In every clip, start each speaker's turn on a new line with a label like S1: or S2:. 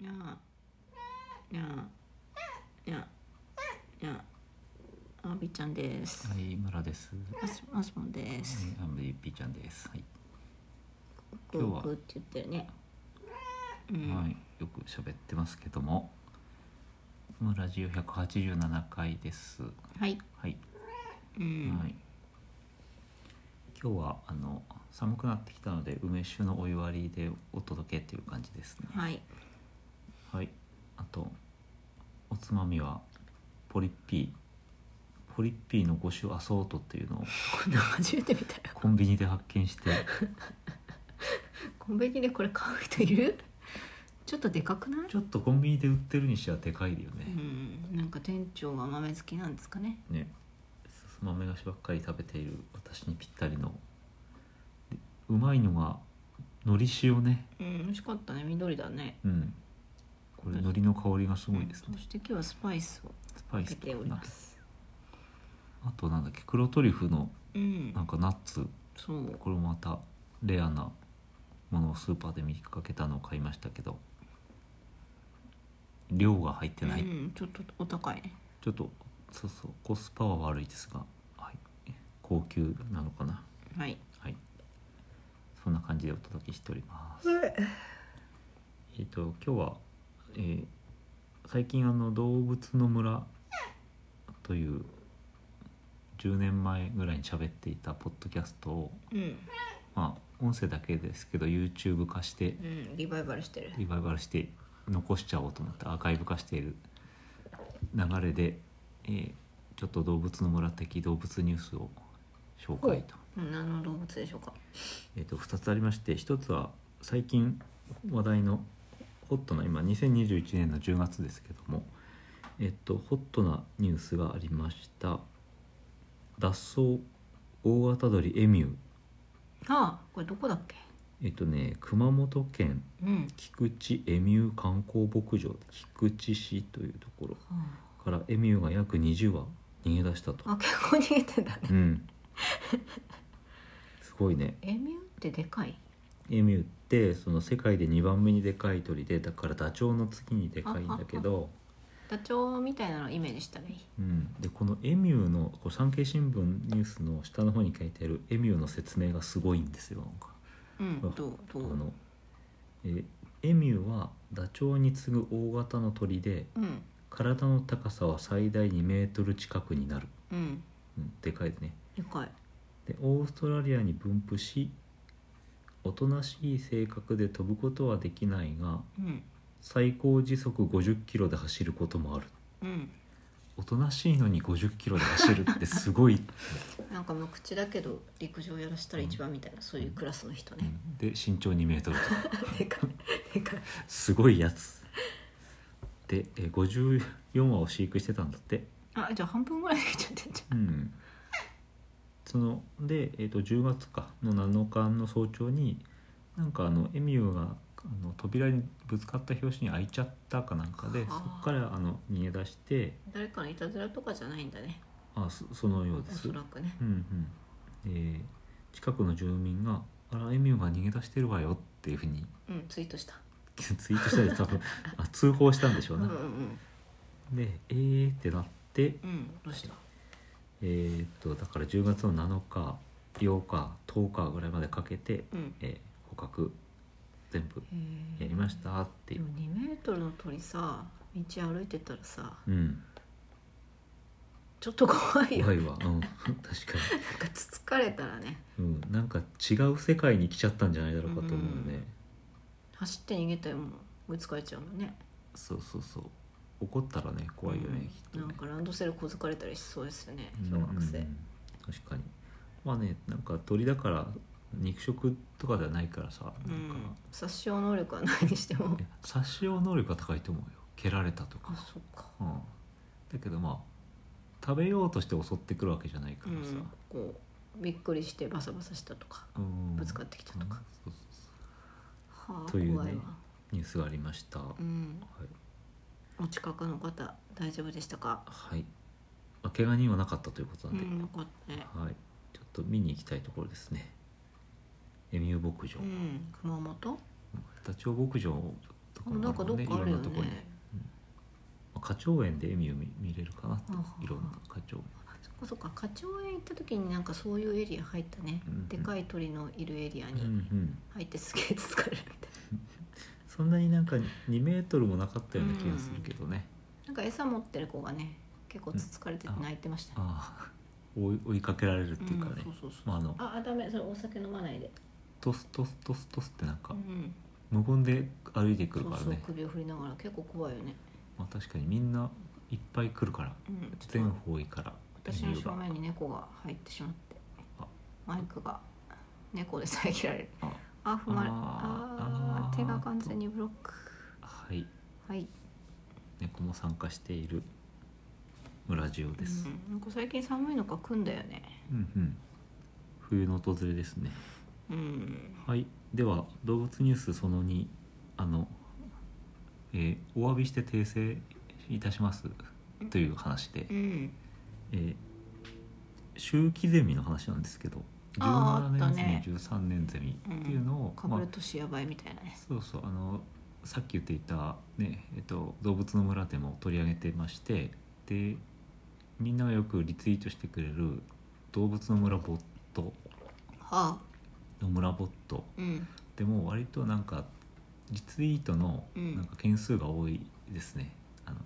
S1: にゃにゃにゃにゃあびちゃんです
S2: はい、村です。
S1: あすあすもんで
S2: は
S1: す
S2: い、アンビピーちゃんです。はい、
S1: グ
S2: 今日
S1: ー
S2: は
S1: グーって言ってるねうん
S2: はい、よく喋ってますけども。このラジオ187回です。
S1: はい
S2: はい、
S1: うん
S2: はい。今日はあの寒くなってきたので梅酒のお湯割りでお届けっていう感じですね。
S1: はい
S2: はい。あとおつまみはポリッピー、ポリッピーの5種アソートっていうのを
S1: こんなの初めて見たよ
S2: コンビニで発見して、
S1: コンビニでこれ買う人いるちょっとでかくない
S2: ちょっとコンビニで売ってるにしてはでかいよ
S1: う
S2: ね。
S1: んなんか店長は豆好きなんですかね
S2: ねすす豆菓子ばっかり食べている私にぴったりのでうまいのがのり塩ね
S1: うん美味しかったね緑だね
S2: うんこれのりの香りがすごいです
S1: うん
S2: ね
S1: そして今日はスパイスを
S2: スパイ
S1: かけ
S2: スと
S1: て
S2: か
S1: おり
S2: な
S1: ます
S2: あとなんだっけ黒トリュフの
S1: うん
S2: なんかナッツ
S1: そう
S2: これもまたレアなものをスーパーで見かけたのを買いましたけど量が入ってない、
S1: うん、ちょっとお高いね
S2: ちょっとそうそうコスパは悪いですが、はい、高級なのかな
S1: はい
S2: はい。そんな感じでお届けしております。えっ、と今日は、えー最近あの動物の村という10年前ぐらいに喋っていたポッドキャストを
S1: うん、
S2: まあ音声だけですけど YouTube 化して
S1: うん、リバイバルしてる
S2: リバイバルして残しちゃおうと思ってアーカイブ化している流れで、えーちょっと動物の村的動物ニュースを紹介と。
S1: うん何の動物でしょうか
S2: えー、と2つありまして1つは最近話題のホットな今2021年の10月ですけども、えっとホットなニュースがありました脱走大型鳥エミュー
S1: ああこれどこだっけ
S2: えっとね熊本県
S1: うん、
S2: 菊池エミュー観光牧場菊池市というところからエミューが約20羽逃げ出したと
S1: あ結構逃げてんだね
S2: うんすごいね
S1: エミューってでかい
S2: エミューってその世界で2番目にでかい鳥でだからダチョウの次にでかいんだけど、
S1: ダチョウみたいなのをイメージしたらいい
S2: うん、でこのエミューのこう産経新聞ニュースの下の方に書いてあるエミューの説明がすごいんですよなんか
S1: うん
S2: あ
S1: どうど
S2: あ
S1: う
S2: のえエミューはダチョウに次ぐ大型の鳥で
S1: うん
S2: 体の高さは最大2メートル近くになる、
S1: うん
S2: うん、でかいですね
S1: でかい
S2: でオーストラリアに分布しおとなしい性格で飛ぶことはできないが
S1: うん
S2: 最高時速50キロで走ることもある
S1: うん
S2: おとなしいのに50キロで走るってす ごい、
S1: なんか無口だけど陸上やらしたら一番みたいな、そういうクラスの人
S2: う
S1: ね、
S2: んで身長2メートル と
S1: でかいでかい
S2: すごいやつでえー54羽を飼育してたんだって
S1: あじゃあ半分ぐらいできちゃってんじ
S2: うんそので、えー、と10月かの7日の早朝になんかあのエミューがあの扉にぶつかった拍子に開いちゃったかなんかでそ
S1: はあ
S2: こからあの逃げ出して
S1: ゃん誰かのいたずらとかじゃないんだね
S2: あそそのようで
S1: お
S2: す
S1: そらくね
S2: うんうんえー近くの住民が「あらエミューが逃げ出してるわよ」っていうふうに
S1: うんツイートした
S2: ツイートしたり多 分あ通報したんでしょ
S1: う
S2: うん
S1: う
S2: ね
S1: ん。うん
S2: でえーってなって
S1: うんどうした
S2: えーっとだから10月の7日8日10日ぐらいまでかけて、
S1: うん
S2: えー捕獲全部や
S1: や
S2: りましたって
S1: で
S2: いう
S1: も、2メートルの鳥さ道歩いてたらさ
S2: うん、
S1: ちょっと怖いよ
S2: 怖
S1: なん
S2: いわ、うん、確 か
S1: かつつかれたらね
S2: に、うん、なんか違う世界に来ちゃったんじゃないだろうかと思うね、
S1: うん走って逃げたよもう追いつかれちゃうもんね
S2: そうそうそう怒ったらね怖いよね、
S1: うん
S2: きっとね
S1: なんかランドセル小づかれたりしそうですよね
S2: う
S1: 小
S2: ん
S1: 学生、
S2: うん確かにまあねなんか鳥だから肉食とかではないからさ、
S1: う
S2: なんか
S1: ん、殺傷能力はないにしても
S2: え殺傷能力が高いと思うよ蹴られたと
S1: あ
S2: か、
S1: そっか
S2: うん、だけどまあ食べようとして襲ってくるわけじゃないか
S1: う
S2: らさ
S1: ん、こうびっくりしてバサバサしたとか
S2: うん
S1: ぶつかってきたとか、
S2: うんそうそうそ
S1: はあ
S2: というね
S1: 怖いわ、
S2: うニュースがありました、は
S1: うん、
S2: い、
S1: お近くの方大丈夫でしたか
S2: はいまあ、怪我人はなかったということ
S1: う
S2: なんで、
S1: んよかったね
S2: はい、ちょっと見に行きたいところですねエミュー牧場、
S1: うん熊本
S2: ダチョウ牧場をちょっとかも
S1: な
S2: あ
S1: んか
S2: る
S1: ど
S2: の
S1: っ
S2: でい
S1: かあ
S2: ろ
S1: る
S2: ん
S1: よ
S2: なところに
S1: ね
S2: 花鳥園でエミを見見れるかな
S1: あはは
S2: といろんな花鳥園
S1: そっかそっか花鳥園行った時になんかそういうエリア入ったね、
S2: うんうん
S1: でかい鳥のいるエリア
S2: うんう
S1: に
S2: ん
S1: 入ってすげえ疲れるみたい
S2: そんなになんか2メートルもなかったような気がするけどね、
S1: ななんか餌持ってる子がね結構つつかれてて
S2: うんあ
S1: 泣いてましたね、
S2: ああ追い追いかけられるっていうかね、
S1: うんそうそうそう
S2: まあ、あの
S1: ああダメそれお酒飲まないで、
S2: トストストストスってなん
S1: う
S2: か
S1: ん、
S2: 無言で歩いてく
S1: そう
S2: るからね、
S1: そう首を振りながら結構怖いよね、
S2: まあ、確かにみんないっぱい来るから
S1: うん、ちょっと
S2: 全方位から
S1: 私の
S2: 理由
S1: 正
S2: が
S1: 面に猫が入ってしまって
S2: あ
S1: マイクが猫で遮られる
S2: あ
S1: あ踏まれ
S2: あー
S1: あー手が完全にブロック
S2: はい
S1: はい、
S2: 猫も参加している村ジオです、
S1: うん、なんか最近寒いのか来んだよね
S2: うん、うん冬の訪れですね
S1: うん
S2: はいでは動物ニュースその2あの、えーお詫びして訂正いたしますという話で、
S1: うん
S2: えー周期ゼミの話なんですけど
S1: あ
S2: 17
S1: ーあった
S2: 年ゼミ、
S1: ね
S2: 13年ゼミっていうのを、
S1: か
S2: ま
S1: ぶ
S2: あ
S1: る年やばいみたいなね、
S2: そうそうあのさっき言っていた、ねえっと、動物の村でも取り上げてましてでみんながよくリツイートしてくれる「動物の村ボット」
S1: はあ
S2: の村ボット
S1: うん
S2: でも割となんかリツイートの
S1: うん
S2: なんか件数が多いですね、あの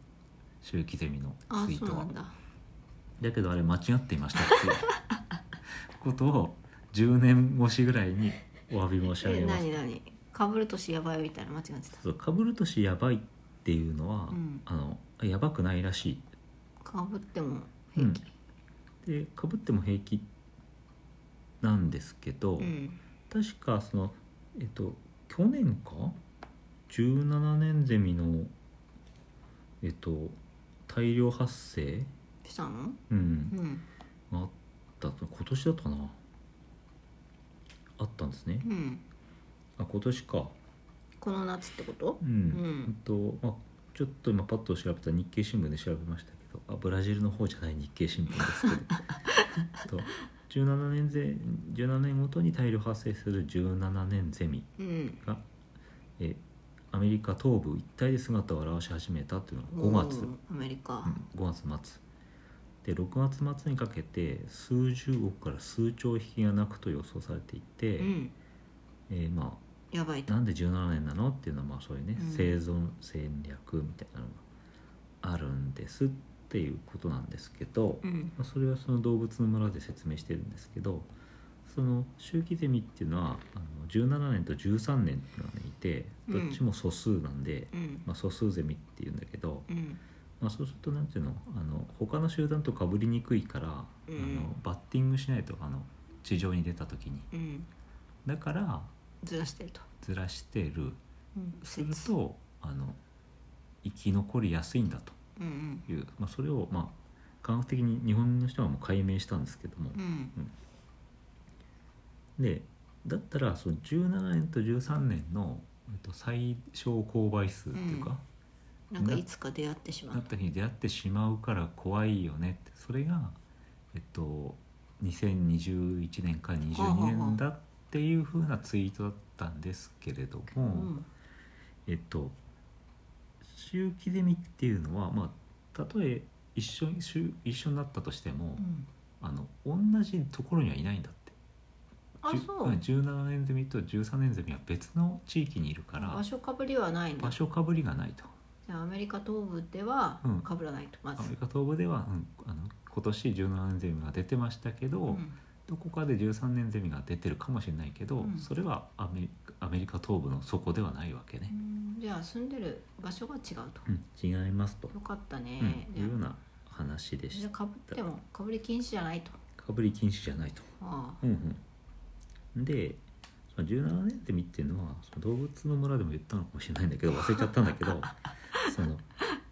S2: 周期ゼミの
S1: あ
S2: ツイー
S1: そう
S2: ト
S1: な
S2: は
S1: んだ
S2: だけどあれ間違っていました っていうことを10年越しぐらいにお詫び申し上
S1: え
S2: げます
S1: 何何かぶる年やばいみたいな間違ってた
S2: そうかぶる年やばいっていうのは、
S1: うん
S2: あのやばくないらしい
S1: かぶっても平気
S2: でかぶっても平気なんですけど、
S1: うん
S2: 確かそのえっと去年か17年ゼミのえっと大量発生、
S1: したの
S2: うん
S1: うん
S2: あったと今年だったかなあったんですね
S1: うん
S2: あ今年か
S1: この夏ってこと
S2: うん、
S1: うん
S2: えっとまあちょっと今パッと調べたら日経新聞で調べましたけどあブラジルの方じゃない日経新聞ですけど えっと17年ゼ17年ごとに大量発生する17年ゼミ
S1: うん
S2: がえアメリカ東部一帯で姿を現し始めたというのが5月、
S1: うんアメリカ
S2: うん、5月末で6月末にかけて数十億から数兆匹が鳴くと予想されていて、
S1: うん
S2: えーまあ
S1: やばいと
S2: なんで17年なのっていうのはまあそういうね、
S1: うん
S2: 生存戦略みたいなのがあるんですっていうことなんですけど、
S1: うん
S2: まあそれはその動物の村で説明してるんですけどその周期ゼミっていうのはあの17年と13年っていうのがねいてどっちも素数なんで、
S1: うん
S2: まあ、素数ゼミっていうんだけど、
S1: うん
S2: まあ、そうするとなんていうのあの他の集団とかぶりにくいから、
S1: うん
S2: あのバッティングしないとあの地上に出た時に
S1: うん
S2: だから
S1: ずらしてると
S2: ずらしてる。
S1: うん
S2: するとあの生き残りやすいんだ
S1: うん
S2: という、まあ、それを、まあ、科学的に日本の人はもう解明したんですけども
S1: うんう、ん
S2: でだったらその17年と13年の、えっと、最小公倍数っていうか、
S1: なんかいつか出会ってしま
S2: なっ
S1: う
S2: た時に出会ってしまうから怖いよねってそれが、えっと、2021年から22年だっていうふうなツイートだったんですけれども。
S1: うん
S2: えっと周期ゼミっていうのはまあたとえ一緒に周一緒になったとしても、
S1: うん
S2: あの同じところにはいないんだって
S1: あ
S2: じゅ
S1: そ
S2: ん
S1: う
S2: 17年ゼミと13年ゼミは別の地域にいるから
S1: 場
S2: 場所
S1: 所かぶりはないんだ
S2: かぶりがないと
S1: じゃあアメリカ東部では
S2: うん
S1: かぶらないとま
S2: アメ
S1: ず
S2: リカ東部では、うん、あの今年17年ゼミが出てましたけど、
S1: うん
S2: どこかで13年ゼミが出てるかもしれないけど、
S1: うん
S2: それはアメリカアメリカ東部のそこではないわけね
S1: う。んじゃあ住んでる場所が違うと
S2: うん、違いますと、
S1: よかったね
S2: うん、
S1: じゃ
S2: いうよう
S1: あ
S2: な話でし
S1: じ
S2: た
S1: ゃあ。かぶってもかぶり禁止じゃないと
S2: かぶり禁止じゃないと。
S1: ああ
S2: うんうん、でその17年ゼミっていうのはその動物の村でも言ったのかもしれないんだけど忘れちゃったんだけどその、え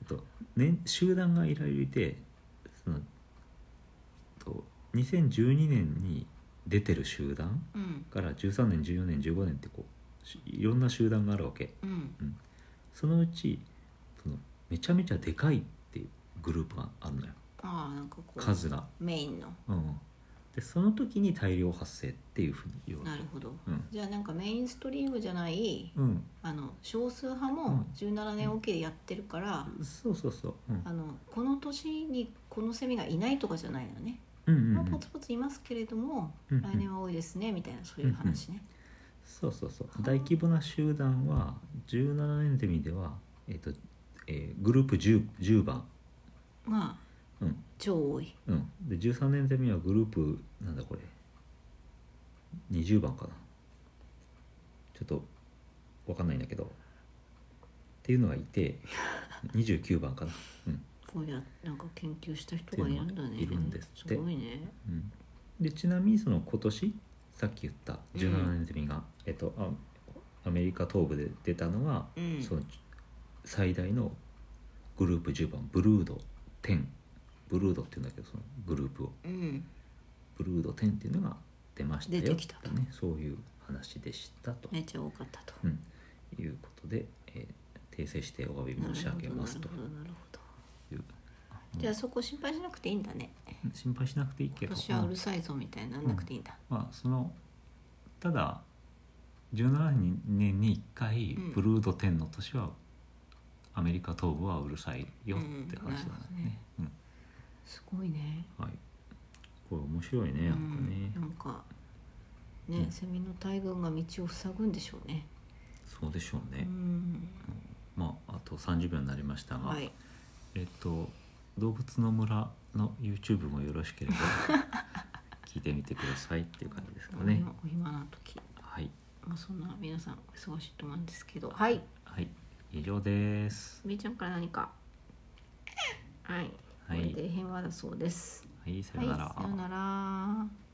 S2: っと年集団がいろいろいてその、えっと、2012年に出てる集団
S1: うん
S2: から13年14年15年ってこうしいろんな集団があるわけ
S1: うん
S2: そのうちそのめちゃめちゃでかいっていうグループがあるのよ
S1: ああなんかこう
S2: 数が。
S1: メインの
S2: うん、でその時に大量発生っていうふうに言われ
S1: な
S2: る
S1: るほど
S2: うん
S1: じゃあなんかメインストリームじゃない
S2: うん
S1: あの少数派も17年おきでやってるから、
S2: そうそうそう、うん、
S1: あのこの年にこのセミがいないとかじゃないのね、
S2: うんうんう
S1: まあ、ポ
S2: ん
S1: ツポツいますけれども、
S2: うん
S1: 来年は多いですねみたいなそういう話ね、
S2: そうそうそう
S1: あー
S2: 大規模な集団は17年ゼミでは、えっとえーグループ 10, 10番、
S1: まあ
S2: うん
S1: 超多い
S2: うん、で13年ゼミはグループなんだこれ20番かなちょっとわかんないんだけどっていうのがい て29番かな、うん
S1: こうやなんか研究した人がいるんだね
S2: いるんですっ
S1: す
S2: て
S1: ごいね
S2: うん、でちなみにその今年さっき言った17年ゼミが、えっと、あアメリカ東部で出たのが
S1: うん
S2: その最大のグループ10番ブルード10ブルードっていうんだけどそのグループを
S1: うん
S2: ブルード10っていうのが出ましたよ
S1: 出てきたと
S2: ね、そういう話でしたと、
S1: めっちゃ多かったと
S2: うん、いうことで、えー訂正してお詫び申し上げますと
S1: なるほどなるほど
S2: いう
S1: じゃあそこ心配しなくていいんだね
S2: うん心配しなくていいけ
S1: 今
S2: ど
S1: 年はうるさいぞみたいになんなくていいんだ、
S2: まあそのただ17年に1回
S1: うん
S2: ブルード10の年はアメリカ東部はうるさいよって
S1: うんな
S2: 話
S1: る
S2: だ
S1: ほど
S2: ね
S1: ね。
S2: うん
S1: すごいね
S2: はい。これ面白いね、なんかね。
S1: うん、なんかね、
S2: うん
S1: セミの大群が道を塞ぐんでしょうね。
S2: そうでしょう
S1: う
S2: ね。
S1: ん、
S2: まああと30秒になりましたが、
S1: はい、
S2: えっと動物の村の YouTube もよろしけれ ば聞いてみてくださいっていう感じですかね。
S1: お暇な時、
S2: はい
S1: まあそんな皆さんお忙しいと思うんですけど、はい、
S2: はい以上です。
S1: みーちゃんから何か、はい、
S2: はい
S1: これで平和だそうです。
S2: はいさ
S1: はい、
S2: よ
S1: さようなら。